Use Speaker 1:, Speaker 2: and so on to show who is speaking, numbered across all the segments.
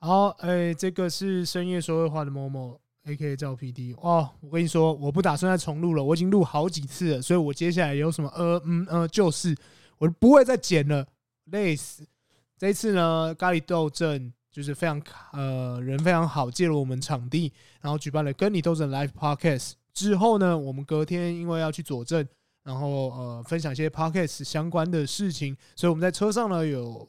Speaker 1: 好，哎、这个是深夜说会话的某某，A.K. 赵 P.D. 哦，我跟你说，我不打算再重录了，我已经录好几次了，所以我接下来有什么呃嗯呃，就是我不会再剪了，累死。这一次呢，咖喱斗阵就是非常呃人非常好，借了我们场地，然后举办了跟你斗阵 Live Podcast。之后呢，我们隔天因为要去佐证，然后呃分享一些 Podcast 相关的事情，所以我们在车上呢有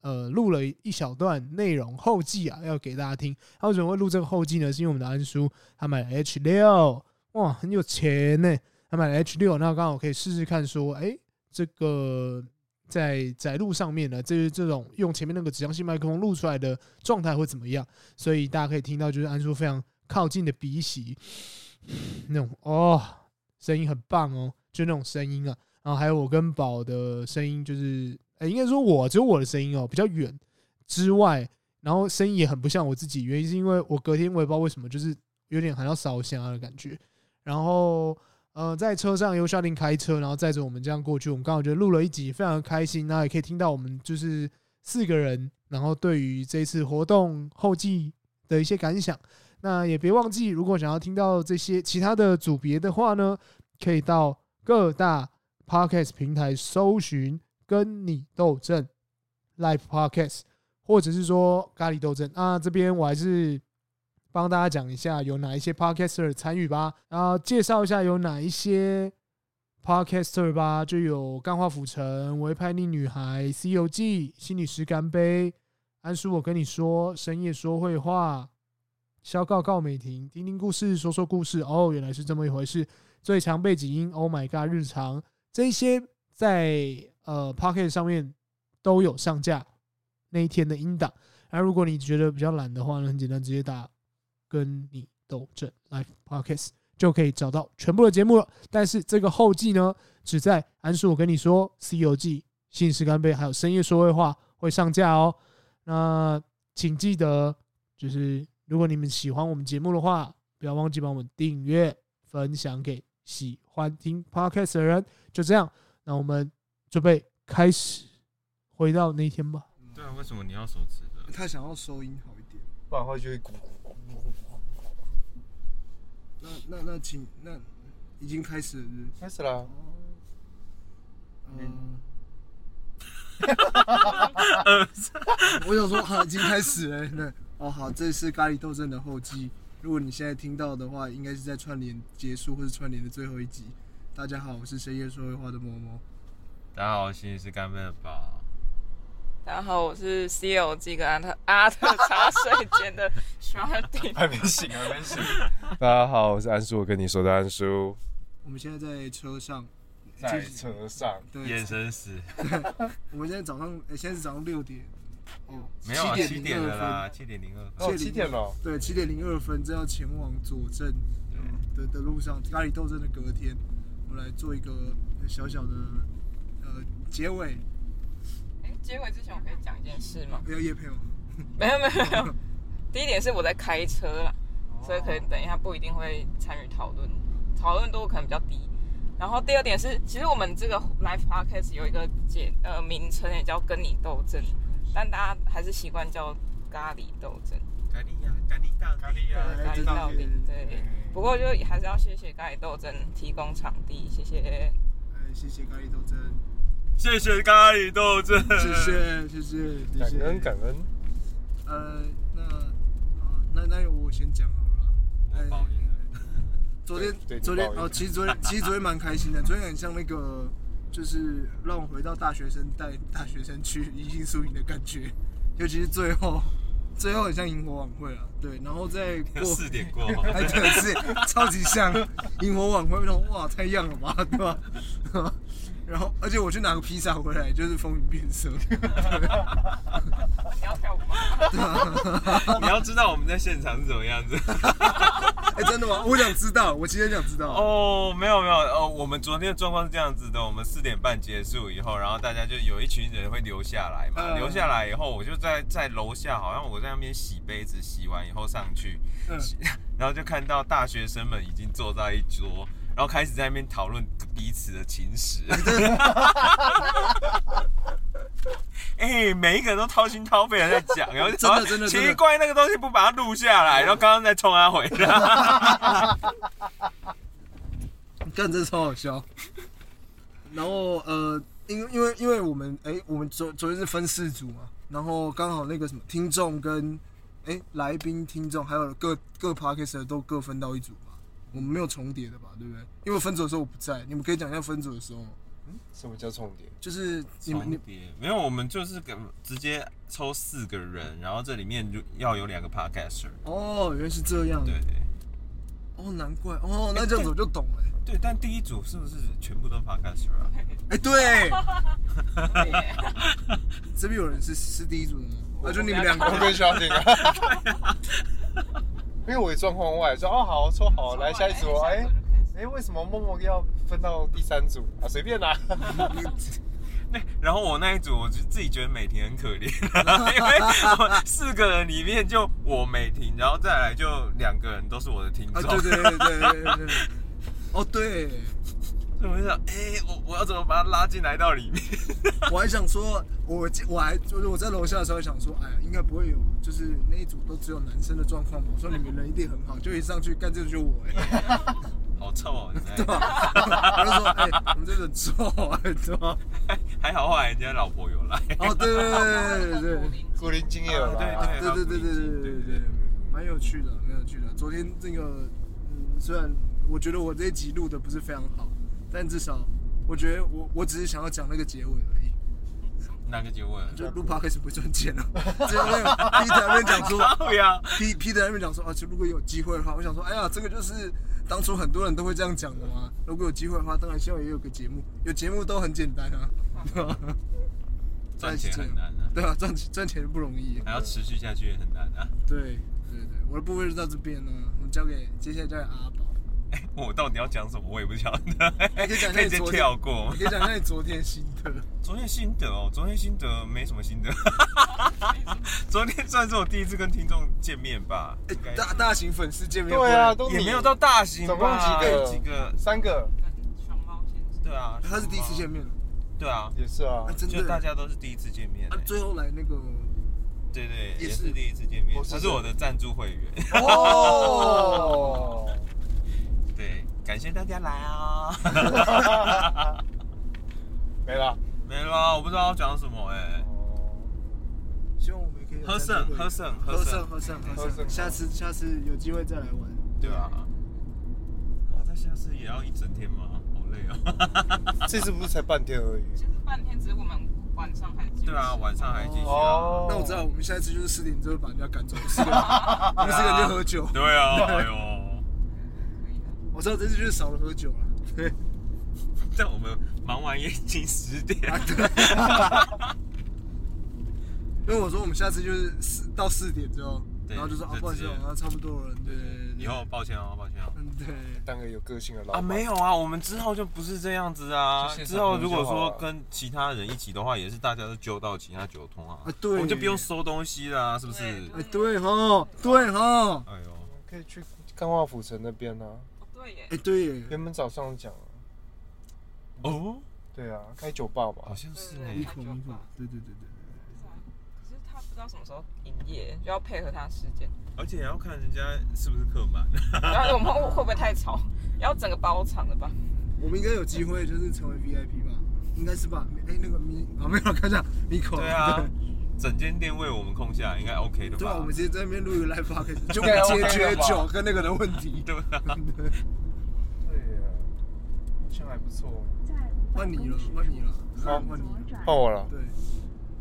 Speaker 1: 呃录了一小段内容后记啊，要给大家听。他为什么会录这个后记呢？是因为我们的安叔他买了 H 六，哇，很有钱呢。他买了 H 六，那刚好可以试试看，说，哎、这个在窄路上面呢，这这种用前面那个指向性麦克风录出来的状态会怎么样？所以大家可以听到，就是安叔非常靠近的鼻息，那种哦，声音很棒哦，就那种声音啊。然后还有我跟宝的声音，就是呃，应该说我只有我的声音哦，比较远之外，然后声音也很不像我自己。原因是因为我隔天我也不知道为什么，就是有点喊到烧香啊的感觉。然后呃，在车上由夏令开车，然后载着我们这样过去，我们刚好就录了一集，非常开心。然后也可以听到我们就是四个人，然后对于这次活动后记的一些感想。那也别忘记，如果想要听到这些其他的组别的话呢，可以到各大 podcast 平台搜寻“跟你斗阵 ”Live Podcast，或者是说“咖喱斗阵”。那这边我还是帮大家讲一下有哪一些 podcaster 参与吧，然后介绍一下有哪一些 podcaster 吧，就有《钢化浮城》、《维叛逆女孩》、《西游记》、《心理师干杯》、安叔我跟你说、深夜说会话、小告告美婷、听听故事、说说故事。哦，原来是这么一回事。最强背景音，Oh my god，日常。这一些在呃 Pocket 上面都有上架那一天的音档。那如果你觉得比较懒的话呢，很简单，直接打“跟你斗争 Live Podcast” 就可以找到全部的节目了。但是这个后记呢，只在安叔我跟你说，《西游记》、《信誓干杯》还有《深夜说会话》会上架哦。那请记得，就是如果你们喜欢我们节目的话，不要忘记帮我们订阅、分享给喜欢听 Podcast 的人。就这样，那我们准备开始，回到那一天吧。
Speaker 2: 对啊，为什么你要手持的？
Speaker 3: 他想要收音好一点。
Speaker 4: 不然的话就会咕
Speaker 3: 那那那请那已经开始了是不是哦
Speaker 4: 开始啦。
Speaker 3: 嗯， 我想说，啊好，已经开始了。那哦，好，这是咖喱斗争的后记。如果你现在听到的话，应该是在串联结束或是串联的最后一集。大家好，我是深夜说会话的某某。
Speaker 2: 大家好，我心里是干杯的吧？
Speaker 5: 大家好，我是《西游记》跟阿特阿特茶水间的哎 Sharding。
Speaker 4: 还没醒，还没醒。大家好，我是安叔，我跟你说的安叔，
Speaker 3: 我们现在在车上，
Speaker 4: 在车上。
Speaker 3: 对，
Speaker 2: 眼神死，
Speaker 3: 我们现在早上，诶现在是早上六点，哦，
Speaker 2: 没有啊，
Speaker 3: 7
Speaker 2: 七
Speaker 3: 点
Speaker 2: 点
Speaker 3: 02
Speaker 2: 了啦，七点零二分。
Speaker 4: 哦，七点了。
Speaker 3: 对，七点零二分正要前往佐证
Speaker 2: 嗯
Speaker 3: 的的路上，咖喱斗争的隔天，我们来做一个小小的呃结尾。
Speaker 5: 哎，结尾之前我可以讲一件事吗？
Speaker 3: 没有叶配吗？
Speaker 5: 没有没有没有。第一点是我在开车啦，所以可能等一下不一定会参与讨论，讨论度可能比较低。然后第二点是，其实我们这个 Live Podcast 有一个简呃名称也叫“跟你斗争”，但大家还是习惯叫“咖喱斗争”。
Speaker 2: 咖喱呀，咖喱大，咖喱
Speaker 3: 呀哎
Speaker 5: 咖喱
Speaker 3: 这
Speaker 5: 到
Speaker 3: 倒
Speaker 5: 底
Speaker 3: 是
Speaker 5: 对。不过就还是要谢谢咖喱斗争提供场地，谢谢。
Speaker 3: 哎，谢谢咖喱斗争，
Speaker 2: 谢谢咖喱斗争，
Speaker 3: 谢谢谢谢谢
Speaker 4: 感
Speaker 3: 谢。
Speaker 4: 恩感恩，
Speaker 3: 呃呃，那啊，那那我先讲好了。
Speaker 2: 我报应了。
Speaker 3: 昨天
Speaker 4: 对对
Speaker 3: 昨天
Speaker 4: 你报应
Speaker 3: 哦，其实昨天其实昨天蛮开心的，昨天很像那个，就是让我回到大学生带大学生去银杏树影的感觉，尤其是最后最后很像萤火晚会啊，对，然后再过
Speaker 2: 要 四点过，
Speaker 3: 哎，真的是超级像萤火晚会那种，哇，太样了吧， 对吧？然后，而且我去拿个披萨回来，就是风云变色。
Speaker 5: 你要跳舞 吗？
Speaker 2: 你要知道我们在现场是怎么样子。
Speaker 3: 哎，真的吗？我想知道，我其实很想知道。哦，
Speaker 2: 哦，没有没有，哦，我们昨天的状况是这样子的，我们四点半结束以后，然后大家就有一群人会留下来嘛，
Speaker 3: 嗯
Speaker 2: 留下来以后，我就在在楼下，好像我在那边洗杯子，洗完以后上去，
Speaker 3: 嗯
Speaker 2: 洗 然后就看到大学生们已经坐在一桌，然后开始在那边讨论彼此的情 史。哎、每一个人都掏心掏肺的在讲，然后就
Speaker 3: 真
Speaker 2: 想
Speaker 3: 的
Speaker 2: 说
Speaker 3: 真的真的
Speaker 2: 奇怪，那个东西不把它录下来，然后刚刚在冲他回来。
Speaker 3: 干真的超好笑。然后呃，因为因为因为我们哎，我们昨昨天是分四组嘛，然后刚好那个什么听众跟哎来宾、听众还有各各 p a r k e r 都各分到一组嘛，我们没有重叠的吧，对不对？因为分组的时候我不在，你们可以讲一下分组的时候吗？
Speaker 4: 什么叫重点？
Speaker 3: 就是你们
Speaker 2: 重
Speaker 3: 你
Speaker 2: 叠没有，我们就是给直接抽四个人，然后这里面就要有两个 podcaster。
Speaker 3: 哦，原来是这样。
Speaker 2: 对
Speaker 3: 哦，难怪哦，那这样子我就懂了。
Speaker 2: 对，但第一组是不是全部都是 podcaster 啊？
Speaker 3: 哎、对，
Speaker 5: 对
Speaker 3: 这边有人是是第一组的吗？啊，就你们
Speaker 5: 我
Speaker 3: 两
Speaker 4: 我
Speaker 3: 个。
Speaker 4: 更需要这个。啊因为我也状况外，说哦好抽好，来下一组，哎哎，为什么默默要分到第三组啊？随便啦，
Speaker 2: 那然后我那一组，我就自己觉得美婷很可怜，因为我四个人里面就我美婷，然后再来就两个人都是我的听
Speaker 3: 啊，
Speaker 2: 众。
Speaker 3: 对对对对对对对。哦，对，
Speaker 2: 所以我就想，哎、我我要怎么把他拉进来到里面？
Speaker 3: 我还想说，我我还就是我在楼下的时候还想说，哎呀，应该不会有，就是那一组都只有男生的状况吧。我说你们人一定很好，就一上去干这个就是我、哎，
Speaker 2: 好臭哦！你
Speaker 3: 对
Speaker 2: 在
Speaker 3: 吧？我就说，哎、我们这个臭，哎，对吧？
Speaker 2: 还好后来人家老婆有来。
Speaker 3: 哦，对对对对对对。
Speaker 4: 古灵精也有来啊。
Speaker 2: 对
Speaker 3: 对对对对对对对，蛮有趣的，蛮有趣的。昨天这个，嗯，虽然我觉得我这一集录的不是非常好，但至少我觉得我我只是想要讲那个结尾而已。
Speaker 2: 哪个结婚？
Speaker 3: 就录 podcast 不会赚钱 了，只有那个 Peter 那边讲说
Speaker 2: 对啊呀、
Speaker 3: ，P Peter 那边讲说啊，就如果有机会的话，我想说，哎呀，这个就是当初很多人都会这样讲的嘛。如果有机会的话，当然希望也有个节目，有节目都很简单啊，对吧？
Speaker 2: 赚钱很难啊，
Speaker 3: 对啊，赚钱赚钱不容易啊。
Speaker 2: 还要持续下去也很难啊。
Speaker 3: 对对对，我的部分就到这边了，啊我们交给接下来交给阿宝。
Speaker 2: 我到底要讲什么，我也不晓得，
Speaker 3: 你可以 讲一下
Speaker 2: 可以
Speaker 3: 你
Speaker 2: 先
Speaker 3: 昨天
Speaker 2: 跳过
Speaker 3: 你。可以讲一下你昨天心 得。
Speaker 2: 昨天心得哦，昨天心得没什么心得， 昨天算是我第一次跟听众见面吧，应该
Speaker 3: 哎大大型粉丝见面会
Speaker 4: 对啊，，都
Speaker 2: 也
Speaker 4: 你
Speaker 2: 没有到大型吧，
Speaker 4: 总共几个
Speaker 2: 几个？
Speaker 4: 三个
Speaker 5: 熊猫先生。
Speaker 2: 对啊，
Speaker 3: 他是第一次见面
Speaker 2: 对啊，
Speaker 4: 也是啊
Speaker 3: 啊，，真
Speaker 2: 就
Speaker 3: 的。
Speaker 2: 大家都是第一次见面欸
Speaker 3: 啊，，最后来那个
Speaker 2: 对对，也
Speaker 3: 也是
Speaker 2: 是第一次见面
Speaker 4: 我，是
Speaker 2: 他是我的赞助会员，
Speaker 3: 哦，
Speaker 4: 哦，
Speaker 2: 对，感谢大家来啊，
Speaker 4: 没了。
Speaker 2: 没了，我不知道要讲什么哎，
Speaker 3: 希望我们也可以有
Speaker 2: 喝
Speaker 3: 这
Speaker 2: 剩
Speaker 3: 样的机会
Speaker 2: 喝剩
Speaker 3: 喝
Speaker 2: 喝
Speaker 3: 剩
Speaker 2: 剩
Speaker 3: 喝剩喝
Speaker 4: 喝
Speaker 3: 剩，
Speaker 4: 剩
Speaker 3: 下次下次有机会再来玩。
Speaker 2: 对啊，
Speaker 3: 哦
Speaker 2: 哇，他下次也要一整天吗？好累哦，
Speaker 4: 这次不是才半天而已。
Speaker 5: 其实半天，只是我们晚上还
Speaker 2: 对啊，晚上还继续啊。
Speaker 4: 哦，
Speaker 3: 那我知道，我们下一次就是四点之后把人家赶走，四个 人我们四个人就喝 酒。
Speaker 2: 对啊，哎呦，
Speaker 5: 可以的。
Speaker 3: 我知道这次就是少了喝酒了。对，
Speaker 2: 但我们忙完也已经十 点
Speaker 3: 啊
Speaker 2: 了。
Speaker 3: 对。因为我说我们下次就是四到四点之后，
Speaker 2: 对
Speaker 3: 然后就说啊
Speaker 2: 就
Speaker 3: 不好意思，
Speaker 2: 直接
Speaker 3: 啊差不多了，对对对对。
Speaker 2: 以后抱歉哦，抱歉哦。
Speaker 3: 嗯对。
Speaker 4: 当个有个性的老
Speaker 2: 啊，
Speaker 4: 板
Speaker 2: 没有啊，我们之后就不是这样子啊
Speaker 4: 就。现场
Speaker 2: 之后
Speaker 4: 录
Speaker 2: 如果
Speaker 4: 就好
Speaker 2: 说
Speaker 4: 了
Speaker 2: 跟其他人一起的话，也是大家都揪到其他酒通啊，
Speaker 3: 啊对
Speaker 2: 我们就不用收东西啦，是不是？
Speaker 5: 对
Speaker 3: 哎，对哈，对哈，
Speaker 2: 哎呦，
Speaker 4: 可以去干化府城那边啊。
Speaker 5: 哦对耶
Speaker 3: 哎，，对耶，
Speaker 4: 原本早上讲啊，
Speaker 2: 哦，
Speaker 4: 对啊，开酒吧
Speaker 2: 好
Speaker 4: 吧。
Speaker 2: 像是
Speaker 5: 对
Speaker 2: 哎，
Speaker 3: 一口一口，对对对对，
Speaker 5: 是啊可是他不知道什么时候营业，就要配合他的时间。
Speaker 2: 而且也要看人家是不是客满。
Speaker 5: 然后我们会不会太吵？要整个包场的吧？
Speaker 3: 我们应该有机会就是成为 VIP 吧，应该是吧？哎，那个米啊，没有，看一下米口，
Speaker 2: 对啊，整间店为我们空下，应该 OK 的吧？
Speaker 3: 对啊 啊，我们直接在那边录一个 live podcast，就
Speaker 4: 对啊
Speaker 3: 解
Speaker 4: OK
Speaker 3: 决
Speaker 4: 了吧
Speaker 3: 酒跟那个的问题，
Speaker 2: 对啊，
Speaker 4: 像还不错。
Speaker 3: 换你了，换你了，
Speaker 4: 好
Speaker 3: 换你了，
Speaker 4: 换我了，
Speaker 3: 对，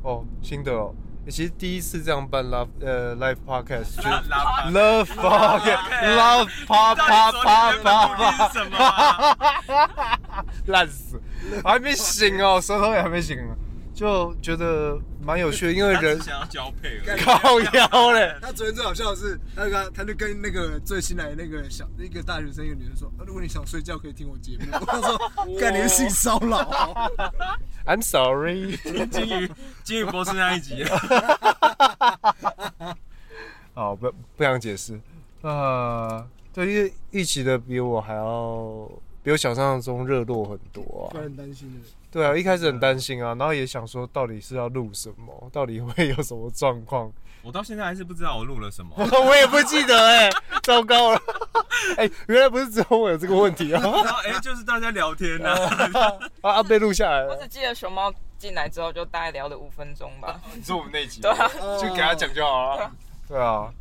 Speaker 4: 哦，新的哦。欸其实第一次这样办 love 呃 live podcast，觉得
Speaker 2: 拉巴
Speaker 4: love podcast love pa pa pa pa
Speaker 2: 到
Speaker 4: pa，
Speaker 2: 底昨天的目的是什么 啊？
Speaker 4: 烂死，还没醒哦，舌头也还没醒呢，就觉得蛮有趣的，因为
Speaker 2: 他只
Speaker 4: 人
Speaker 2: 想要交配而 已。
Speaker 4: 靠腰嘞。
Speaker 3: 他昨天最好笑的是，他跟他他就跟那个最新来的那个小那个大学生一个女生说，啊如果你想睡觉可以听我节目。 我说，干你是性骚扰啊，
Speaker 4: I'm sorry。
Speaker 2: 金鱼，金鱼博士那一 集，
Speaker 4: 好，哦不不想解释。呃，对，因为一起的比我还要比我想象中热络很多
Speaker 3: 不
Speaker 4: 啊
Speaker 3: 然。很担心的。
Speaker 4: 对啊，一开始很担心啊，然后也想说到底是要录什么，到底会有什么状况，
Speaker 2: 我到现在还是不知道我录了什么。
Speaker 4: 我也不记得哎、糟糕了。 哎、原来不是只有我有这个问题啊
Speaker 2: 然后哎、就是大家聊天呢、
Speaker 4: 啊啊！被录下来
Speaker 5: 我
Speaker 4: 了
Speaker 5: 只。记得熊猫进来之后就大概聊了五分钟吧，
Speaker 4: 你说我们那集
Speaker 5: 对啊，
Speaker 3: 就
Speaker 4: 给他讲就好了。对啊，
Speaker 3: 哦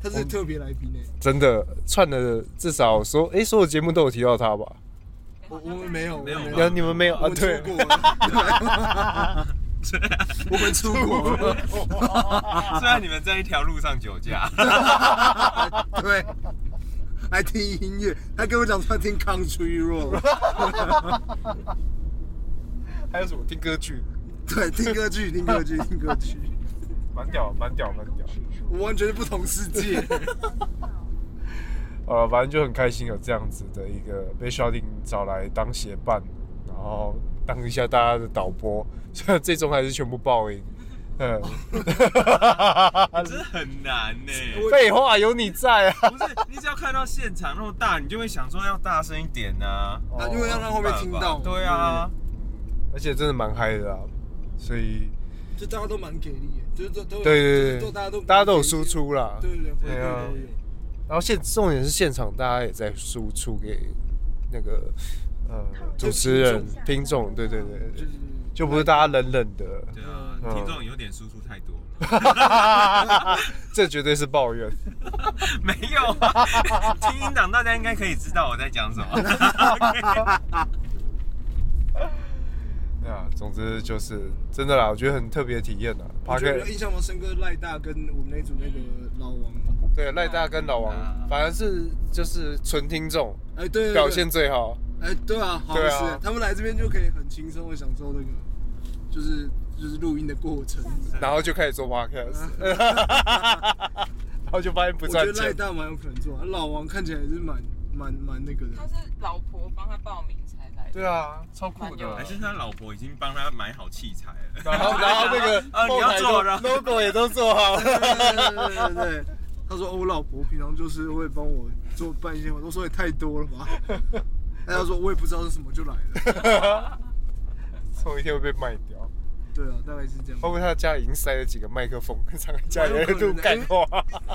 Speaker 3: 他是特别来宾呢，欸
Speaker 4: 真的串的至少所哎、所有节目都有提到他吧？
Speaker 3: 我我们没有，我
Speaker 2: 没有
Speaker 3: 们
Speaker 2: 吧
Speaker 4: 然后你们没有啊？
Speaker 3: 我们出
Speaker 4: 对，
Speaker 3: 国了， 我们出国 了，
Speaker 2: 虽然你们在一条路上酒 驾，
Speaker 3: 对，还听音乐，他跟我讲说他听 country rock，
Speaker 4: 还有什么听歌剧？
Speaker 3: 对，听歌剧，听歌剧，听歌剧，
Speaker 4: 蛮屌，蛮屌，蛮屌。
Speaker 3: 我完全是不同世 界。
Speaker 4: 呃，反正就很开心有这样子的一个被 Shouting 找来当协办，然后当一下大家的导播， 所以最终还是全部报应。嗯，
Speaker 2: 真的很难呢、
Speaker 4: 废话，有你在啊！
Speaker 2: 不是，你只要看到现场那么大，你就会想说要大声一点呢、
Speaker 3: 啊，因为要让后面听到，
Speaker 2: 对啊，
Speaker 4: 而且真的蛮嗨的啊，所以
Speaker 3: 就大家都蛮给力的，就是都都有
Speaker 4: 对对
Speaker 3: 就是
Speaker 4: 对
Speaker 3: 都大家都
Speaker 4: 大家都有输出啦
Speaker 3: 对对对，回
Speaker 4: 对啊
Speaker 3: 馈都有。
Speaker 4: 然后现重点是现场大家也在输出给那个呃主持人听众，对对对对
Speaker 3: 就
Speaker 4: 对
Speaker 3: 是，
Speaker 4: 就不是大家冷冷的，
Speaker 2: 对啊，
Speaker 4: 嗯
Speaker 2: 听众有点输出太 多了。
Speaker 4: 这绝对是抱怨。
Speaker 2: 没有啊， 听音档大家应该可以知道我在讲什 么。
Speaker 4: 对啊，总之就是真的啦，我觉得很特别的体验啦。啊
Speaker 3: 我觉得
Speaker 4: Podcast-
Speaker 3: 比较印象蛮深刻，赖大跟我们那一组那个老王吧，
Speaker 4: 对，赖大跟老王
Speaker 2: 啊，
Speaker 4: 反而是就是纯听众
Speaker 3: 哎对，对
Speaker 4: 表现，最好。
Speaker 3: 对哎对啊，好
Speaker 4: 对啊
Speaker 3: 是，他们来这边就可以很轻松的享受那个，就是就是录音的过程。
Speaker 4: 然后就开始做 podcast，然后就发现不
Speaker 3: 我觉
Speaker 4: 赚
Speaker 3: 得赖
Speaker 4: 钱。
Speaker 3: 大蛮有可能做啊，老王看起来也是蛮蛮蛮那个的
Speaker 5: 他，是老婆帮他报名才来的。
Speaker 4: 对啊，超酷的。
Speaker 2: 还是他老婆已经帮他买好器材了。
Speaker 4: 然后然后 那个
Speaker 2: 啊你
Speaker 4: 后
Speaker 2: 要
Speaker 4: 台
Speaker 2: 做
Speaker 4: 的
Speaker 2: 然后
Speaker 4: logo 也都做好
Speaker 3: 对
Speaker 4: 了。
Speaker 3: 对对对对对。他说、哦我老婆平常就是会帮我做办一些活动，我说也太多了吧。哎他说我也不知道是什么就来了，
Speaker 4: 总有一天会被卖掉。
Speaker 3: 对啊，大概是这样。
Speaker 4: 包括他家已经塞了几个麦克风，常在家里
Speaker 3: 蛮有可
Speaker 4: 录
Speaker 3: 能的
Speaker 4: 干话。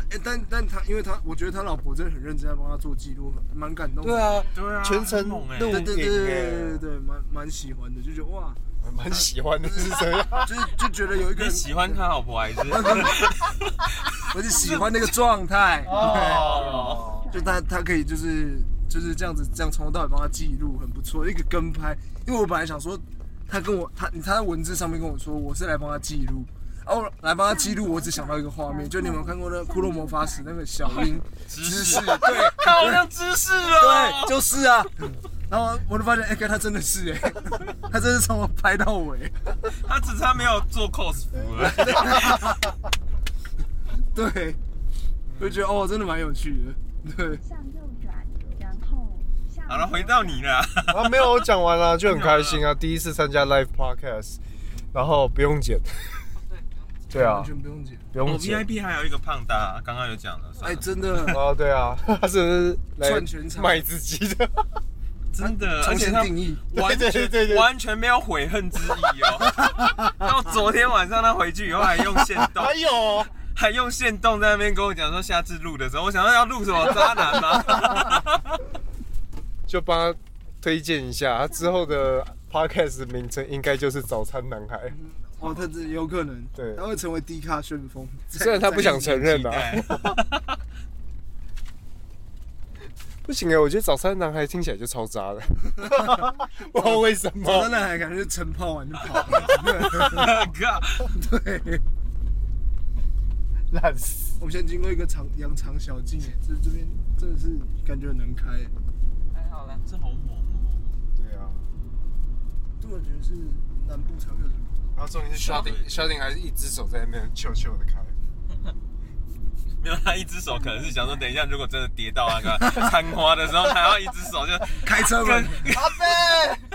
Speaker 3: 哎，但但他，因为他，我觉得他老婆真的很认真在帮他做记录，蛮感动的。
Speaker 4: 对，啊，
Speaker 2: 对啊，
Speaker 4: 全程
Speaker 2: 很猛哎、
Speaker 3: 对
Speaker 4: 录
Speaker 3: 对对对对对
Speaker 4: 欸
Speaker 3: 对，蛮蛮喜欢的，就觉得哇，
Speaker 4: 蛮喜欢的是这样。
Speaker 3: 就是就觉得有一
Speaker 2: 你
Speaker 3: 个人
Speaker 2: 喜，欢他老婆还 是？
Speaker 3: 我是喜欢那个状态，
Speaker 4: 哦
Speaker 3: 对就他他可以就是就是这样子，这样从头到尾帮他记录，很不错，一个跟拍。因为我本来想说，他跟我他他在文字上面跟我说，我是来帮他记录。然后来帮他记录，我只想到一个画面，就你们有看过那个《骷髅魔法使》那个小樱姿势，对，
Speaker 2: 好像知识哦。
Speaker 3: 对，就是啊。然后我就发现，哎、看他真的是哎、 他真是从头拍到尾。
Speaker 2: 他只差没有做 cos 服 而已。
Speaker 3: 对，我就觉得哦，真的蛮有趣的。对，
Speaker 6: 向右转，然后向
Speaker 2: 好了，回到你了。
Speaker 4: 啊，没有，我讲完了，就很开心啊！第一次参加 live podcast，然后不用剪，
Speaker 5: 对，不用
Speaker 4: 哦对啊
Speaker 3: 完，全不用剪。
Speaker 4: 不
Speaker 2: 我
Speaker 4: 用剪。
Speaker 2: VIP 还有一个胖大，刚刚有讲了，算
Speaker 3: 哎，
Speaker 2: 了
Speaker 3: 真的，
Speaker 4: 哦，对啊， 他是来
Speaker 3: 串全场
Speaker 4: 卖自己的，
Speaker 2: 真的，而
Speaker 3: 重
Speaker 2: 且
Speaker 3: 新
Speaker 2: 他
Speaker 3: 定义。
Speaker 2: 完
Speaker 4: 对对对对
Speaker 2: 全完全没有悔恨之意哦。 到昨天晚上他回去以后还用线动，
Speaker 4: 还有哦
Speaker 2: 还用线动在那边跟我讲说下次录的时候，我想到要录什么渣男吗？
Speaker 4: 就帮他推荐一下，他之后的 podcast 名称应该就是早餐男孩，
Speaker 3: 哦，他这有可能，
Speaker 4: 对
Speaker 3: 他会成为低卡旋风。
Speaker 2: 哎
Speaker 4: 虽然他不想承认啊，
Speaker 2: 对，
Speaker 4: 不行哎、我觉得早餐男孩听起来就超渣 的，不知道为什
Speaker 3: 早餐
Speaker 4: 么。
Speaker 3: 男孩感觉是晨泡完就跑了。
Speaker 2: 靠，
Speaker 3: 对，
Speaker 4: 烂死！
Speaker 3: 我们现在经过一个长羊肠小径，哎，这这边真的是感觉很能开，哎
Speaker 5: 还好啦，
Speaker 2: 这好猛哦！
Speaker 4: 对啊，
Speaker 3: 这我觉得是南部常有的路。
Speaker 4: 然后重点是 shouting，shouting 还是一只手在那边悄悄的开，
Speaker 2: 没有，他一只手可能是想说，等一下如果真的跌到那个 参花的时候，他要一只手就
Speaker 3: 开车门
Speaker 2: 跟，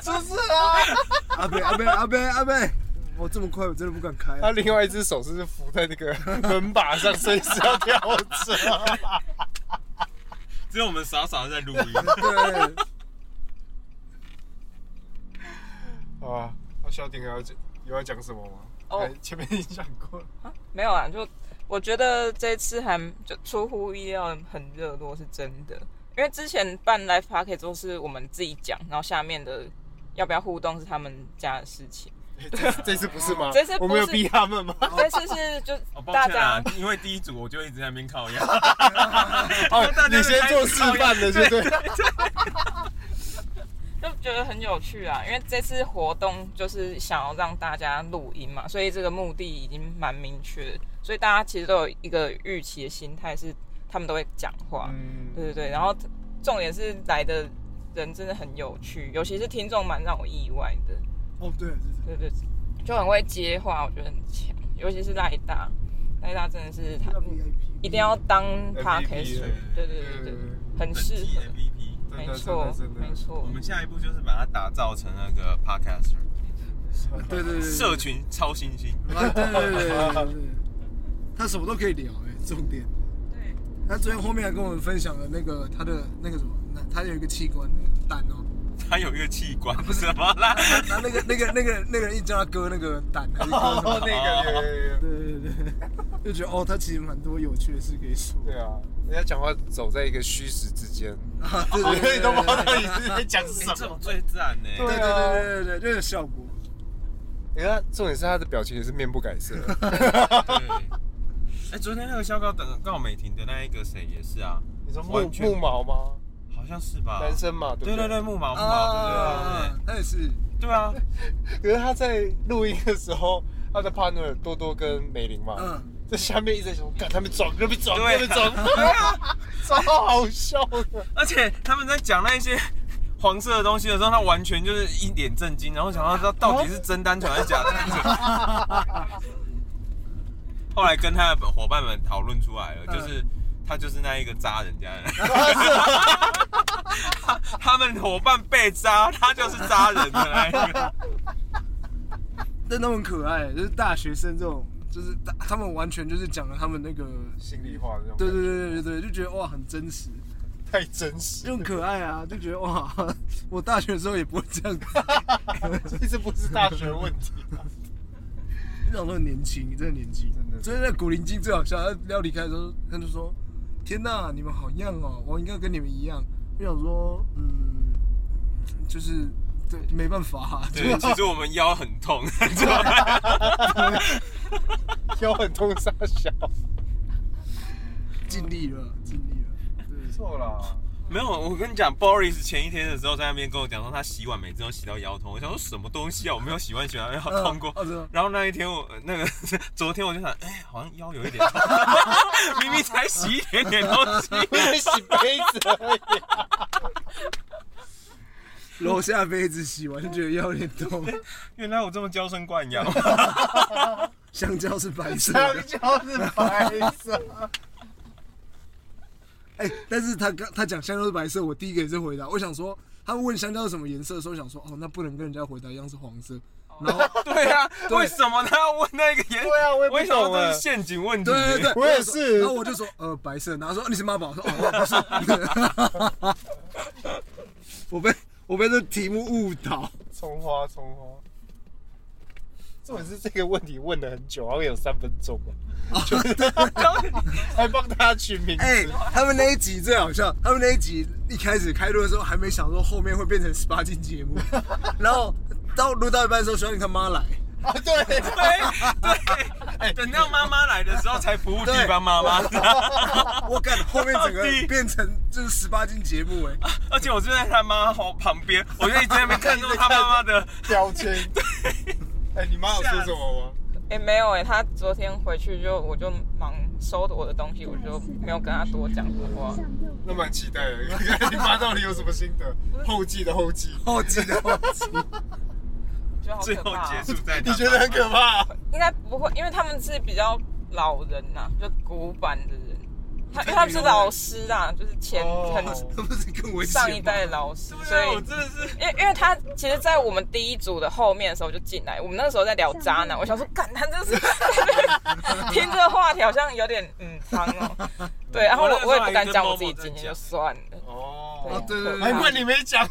Speaker 4: 出事啊！
Speaker 3: 阿贝阿贝阿贝阿贝，我这么快我真的不敢开、
Speaker 4: 他
Speaker 3: 啊。
Speaker 4: 另外一只手是扶在那个门把上，随时要跳车。
Speaker 2: 只有我们傻傻的在录音。
Speaker 3: 对，
Speaker 4: 好啊，那肖鼎还要讲有要讲什么吗？
Speaker 5: 哦
Speaker 4: 哎前面已经讲过了。
Speaker 5: 没有啊，就我觉得这次还就出乎意料很热络，是真的。因为之前办 live p a r k e t 都是我们自己讲，然后下面的要不要互动是他们家的事情。
Speaker 4: 哎这 次这次不是吗？
Speaker 5: 这次不是
Speaker 4: 我们有逼他们 吗？
Speaker 5: 这次是就
Speaker 2: 哦，抱
Speaker 5: 大
Speaker 2: 歉
Speaker 5: 家
Speaker 2: 啊，因为第一组我就一直在那边靠腰。
Speaker 4: 哦
Speaker 2: 大，家
Speaker 4: 你
Speaker 2: 就
Speaker 4: 先
Speaker 2: 开始
Speaker 4: 做示范的，对 不对？
Speaker 5: 就觉得很有趣啊，因为这次活动就是想要让大家录音嘛，所以这个目的已经蛮明确的，所以大家其实都有一个预期的心态，是他们都会讲话，对对
Speaker 4: 嗯，
Speaker 5: 对。然后重点是来的人真的很有趣，尤其是听众蛮让我意外的，
Speaker 3: 哦对，这
Speaker 5: 对对，就很会接话，我觉得很强，尤其是赖大，赖大真的是他
Speaker 3: 是要 VIP，
Speaker 5: 一定要当 p a r k e
Speaker 4: MVP
Speaker 5: 对对对对，很
Speaker 2: 本
Speaker 5: 适
Speaker 2: 季
Speaker 5: 合，
Speaker 2: MVP，
Speaker 4: 真
Speaker 5: 没
Speaker 4: 的真
Speaker 5: 错
Speaker 4: 的真的
Speaker 5: 没，错
Speaker 2: 我。们下一步就是把它打造成那个 podcaster
Speaker 3: 对对对，
Speaker 2: 社群超新星。
Speaker 3: 啊，对对对对对对，他什么都可以聊哎、重点。
Speaker 5: 对
Speaker 3: 他昨天后面还跟我们分享了那个他的那个什么，那他有一个器官那个蛋哦，
Speaker 2: 他有一个器 官，不是 吗？啦，
Speaker 3: 他那个那个那个那个人一直叫他割那个蛋，还是割什
Speaker 4: 哦，
Speaker 3: 么？
Speaker 4: 那个有有有有，
Speaker 3: 对对对对，就觉得哦，他其实蛮多有趣的事可以说。
Speaker 4: 对啊，人家讲话走在一个虚实之间，
Speaker 3: 啊，对对对
Speaker 4: 你
Speaker 3: 对
Speaker 4: 都不知道到底是在讲什
Speaker 2: 哎这
Speaker 4: 么
Speaker 2: 种。最赞呢。
Speaker 4: 对
Speaker 3: 对对对对对，就是效果。
Speaker 4: 你看，重点是他的表情也是面不 改色。
Speaker 2: 对。哎，昨天那个肖高等告美婷的那一个谁也是啊，
Speaker 4: 你说木
Speaker 2: 完全
Speaker 4: 木毛吗？
Speaker 2: 好像是吧？
Speaker 4: 男生嘛，对
Speaker 2: 对
Speaker 4: 不
Speaker 2: 对对，木毛木毛，
Speaker 3: 啊，他也是，
Speaker 2: 对对对对啊，
Speaker 4: 可是他在录音的时候，他的 partner 多多跟美玲嘛，
Speaker 3: 嗯，
Speaker 4: 在下面一直在说，看他们装，他们装，
Speaker 2: 对
Speaker 4: 他们装，对啊，超好笑的。
Speaker 2: 而且他们在讲那一些 黄色的东西的时候，他完全就是一脸震惊，然后想要知道到底是真单纯还是假单纯。 后来跟他的伙伴们讨论出来了，就是他就是那一个扎人家的 人。他他们伙伴被扎，他就是扎人的那一个。
Speaker 3: 但他们很可爱，就是大学生这种，就是大他们完全就是讲了他们那个，
Speaker 4: 心里话的那种，
Speaker 3: 对对，对对对对，就觉得哇很真实，
Speaker 4: 太真实
Speaker 3: 就，很可爱啊，就觉得哇，我大学的时候也不会这样子，
Speaker 4: 其实不是大学问题啊。
Speaker 3: 那种都很年轻，真的年轻，
Speaker 4: 真的
Speaker 3: 所以那古灵精最好笑，他要离开的时候，他就说：“天哪，你们好样哦，我应该跟你们一样。”我想说，嗯，就是对，没办法、啊，
Speaker 2: 对，其实我们腰很痛，知道吗
Speaker 4: 腰很痛，傻小，
Speaker 3: 尽力了，尽力了，对，
Speaker 4: 错啦。
Speaker 2: 没有，我跟你讲，Boris 前一天的时候在那边跟我讲说，他洗碗每次都洗到腰痛。我想说什么东西啊，我没有洗碗洗到腰痛过。
Speaker 3: 哦真的
Speaker 2: 然后那一天我呃那个 昨天我就想，哎、好像腰有一点痛， 明明才洗一点点东西。
Speaker 4: 因为洗杯子而已。
Speaker 3: 楼下杯子洗完就觉得腰有点痛，
Speaker 2: 原来我这么娇生惯养，
Speaker 3: 香蕉是白色
Speaker 4: 香
Speaker 3: 的，
Speaker 4: 蕉是白色，
Speaker 3: 哎、但是他刚他讲香蕉是白色，我第一个也是回答，我想说。他问香蕉是什么颜色的时候，我想说哦，那不能跟人家回答一样是黄 色。然后，
Speaker 2: 对啊，
Speaker 3: 对
Speaker 2: 为什么他要问那个颜？
Speaker 4: 对啊我也不
Speaker 2: 为什么
Speaker 4: 懂啊
Speaker 2: 这是陷阱问题？
Speaker 3: 对对对，
Speaker 4: 我也是
Speaker 3: 然后我就说，呃，白色。然后说哦你是妈宝，我说哦，不是。 我被我被这题目误导。
Speaker 4: 葱花，葱花。重点是这个问题问了很久，好像有三分钟吧，就是还帮他取名 字。
Speaker 3: 哎、他们那一集最好笑，他们那一集一开始开录的时候还没想说后面会变成十八禁节目，然后到录到一半的时候，小李他妈来，
Speaker 4: 啊，对，
Speaker 2: 对对，等到妈妈来的时候才服务地方妈妈。
Speaker 3: 我感后面整
Speaker 2: 到
Speaker 3: 个
Speaker 2: 底
Speaker 3: 变成就是十八禁节目哎、
Speaker 2: 而且我就在他妈好旁边，我就一直在那边看到他妈妈的，
Speaker 4: 标签。哎，你妈有说什么吗？
Speaker 5: 哎、没有哎、他昨天回去就我就忙收我的东西，我就没有跟他多讲过话。
Speaker 6: 向右
Speaker 4: 那蛮期待的，看看你妈到底有什么心得？后继的后继，
Speaker 3: 后记得后记，
Speaker 5: 就好
Speaker 2: 最
Speaker 5: 可
Speaker 2: 后
Speaker 5: 怕、啊。
Speaker 2: 结束在
Speaker 4: 你觉得很可怕？
Speaker 5: 应该不会，因为他们是比较老人呐、就古板的人。他因为他们是老师啊，就是前
Speaker 4: 哦
Speaker 5: 很
Speaker 3: 那不是更危险吗
Speaker 5: 上一代的老师，所
Speaker 2: 对啊，
Speaker 5: 以
Speaker 2: 我真的是
Speaker 5: 因为因为他其实，在我们第一组的后面的时候就进来，我们那个时候在聊渣
Speaker 2: 嗯
Speaker 5: 男，我想说，干他真是 听这个话题好像有点嗯汤哦， 对，然后
Speaker 2: 我那个
Speaker 5: 我
Speaker 2: 时候
Speaker 5: 我也不敢讲我自己
Speaker 2: 还跟
Speaker 5: 经
Speaker 2: Momo 在讲
Speaker 5: 验，就算了。
Speaker 4: 哦，
Speaker 3: 哦，对对
Speaker 4: 还
Speaker 3: 对，
Speaker 4: 怪你没讲，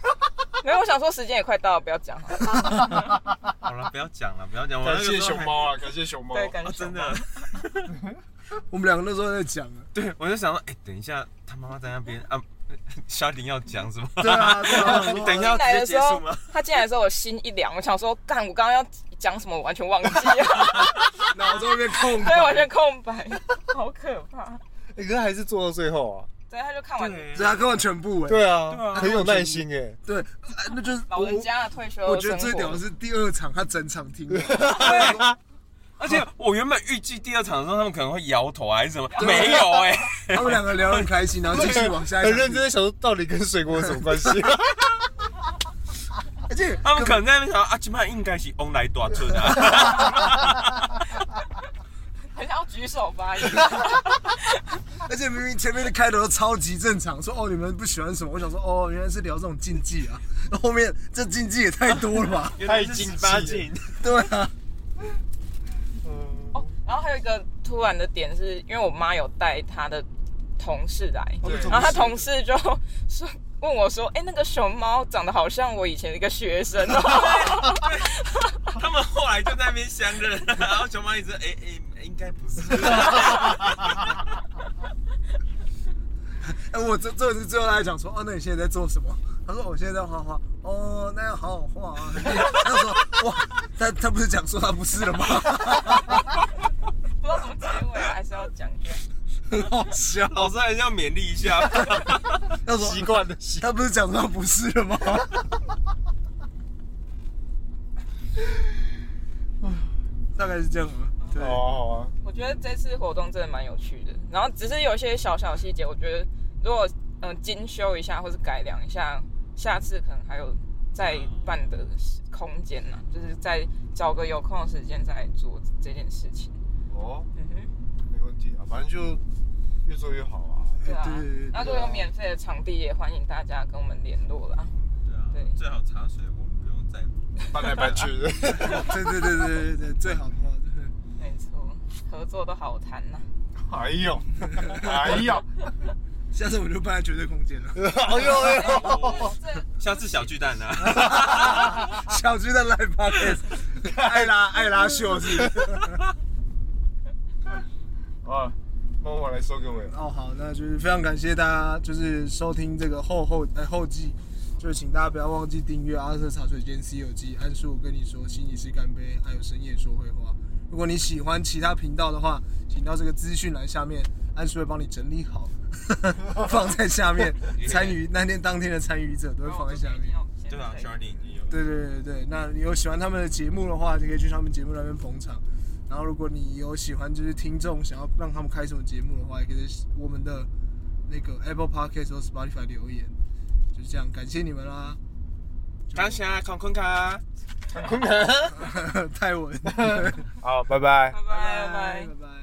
Speaker 5: 没有，我想说时间也快到了，不要讲了。
Speaker 2: 好了，不要讲了，不要讲。我那个
Speaker 4: 感谢
Speaker 2: 时候
Speaker 4: 熊
Speaker 2: 还
Speaker 4: 猫啊，感谢熊猫。
Speaker 5: 对，感
Speaker 2: 啊，
Speaker 5: 觉
Speaker 2: 真的，
Speaker 3: 我们两个那时候在讲啊，
Speaker 2: 对我就想说，哎，等一下他妈妈在那边啊，小林要讲什么？
Speaker 3: 对啊，对啊，我说
Speaker 2: 等一下
Speaker 5: 进
Speaker 2: 要
Speaker 5: 来
Speaker 2: 直接
Speaker 5: 的时
Speaker 2: 结束
Speaker 5: 候
Speaker 2: 吗？，
Speaker 5: 他进来的时候我心一凉，我想说，干，我刚刚要讲什么，我完全忘记了，
Speaker 3: 脑中一片空
Speaker 5: 对，
Speaker 3: 白。
Speaker 5: 完全空白，好可怕。
Speaker 4: 哎可是还是做到最后啊。
Speaker 5: 对，他就看完，
Speaker 2: 对
Speaker 3: 对啊，看完全部哎、
Speaker 4: 对
Speaker 2: 对啊
Speaker 4: 啊，很有耐心哎。
Speaker 3: 对，哎那就是
Speaker 5: 老
Speaker 3: 我
Speaker 5: 人家的退休生活，
Speaker 3: 我觉得最屌的是第二场，他整场听完，
Speaker 2: 而且我原本预计第二场的时候他们可能会摇头啊还是什么，没有 哎、
Speaker 3: 他们两个聊得很开心，然后继续往下一
Speaker 4: 很
Speaker 3: 场。
Speaker 4: 认真，在想说到底跟水果有什么关系？
Speaker 3: 而且
Speaker 2: 他们可能在那边想啊，起码应该是 on 来多寸啊，？
Speaker 5: 很想要举手发言。
Speaker 3: 而且明明前面的开头都超级正常，说哦你们不喜欢什么，我想说哦原来是聊这种禁忌啊，那后面这禁忌也太多了吧
Speaker 2: 原来是18禁，
Speaker 3: 对啊，
Speaker 5: 哦， 然后还有一个突然的点是，因为我妈有带她的同事来，
Speaker 4: 对
Speaker 5: 然后她同事就说问我说：“哎、那个熊猫长得好像我以前的一个学生哦。
Speaker 2: 他们后来就在那边相认，然后熊猫一直哎哎，应该不是，
Speaker 3: 哎我这这是最后他还讲说哦那你现在在做什么？他说我现在在画画，哦那要好好画啊。 他说哇他他不是讲说他不是了吗？
Speaker 5: 不知道怎么结尾啊，还是要讲一下。
Speaker 3: 很好笑。
Speaker 2: 老师还是要勉励一下，
Speaker 3: 他说
Speaker 4: 习惯了，习惯
Speaker 3: 他不是讲说他不是了吗？ 大概是这样吧。对
Speaker 4: 了。，好啊，好啊。
Speaker 5: 我觉得这次活动真的蛮有趣的，然后只是有一些小小细节，我觉得如果嗯、呃精修一下或是改良一下，下次可能还有再办的空间呢、就是再找个有空的时间再来做这件事情。
Speaker 4: 哦，
Speaker 5: 嗯哼，
Speaker 4: 没问题啊，反正就越做越好啊。
Speaker 5: 对啊
Speaker 3: 对对对。
Speaker 5: 那如果有免费的场地，也欢迎大家跟我们联络啦。
Speaker 4: 啊
Speaker 5: 对
Speaker 2: 啊最好茶水我们不用再
Speaker 4: 搬来搬去的。
Speaker 3: 对对对对对对，最好的话，对
Speaker 5: 没错，合作都好谈呐、
Speaker 4: 哎呦，哎呦，
Speaker 3: 下次我们就办在绝对空间了，
Speaker 4: 哎 呦哎呦，
Speaker 2: 哦
Speaker 5: 这
Speaker 2: 下次小巨蛋啊，
Speaker 3: 小区的 live podcast，艾拉艾拉秀是不是？
Speaker 4: 啊，帮我来收个尾。
Speaker 3: 哦，好，那就是非常感谢大家，就是收听这个后后哎后记，就是请大家不要忘记订阅阿瑟茶水间 C 有记，按数跟你说，心理师干杯，还有深夜说会话。如果你喜欢其他频道的话，请到这个资讯栏下面，安叔会帮你整理好， 放在下面。参与那天当天的参与者都会放在下面。
Speaker 2: 对啊，小林已经有，
Speaker 3: 对对对对，那你有喜欢他们的节目的话，就可以去他们节目那边捧场。然后，如果你有喜欢就是听众想要让他们开什么节目的话，也可以在我们的那个 Apple Podcast 或 Spotify 留言。就是这样，感谢你们啦！
Speaker 2: 当下康坤卡。啊
Speaker 3: 泰文，拜
Speaker 4: 好，拜拜。
Speaker 5: 拜拜拜拜
Speaker 3: 拜。拜。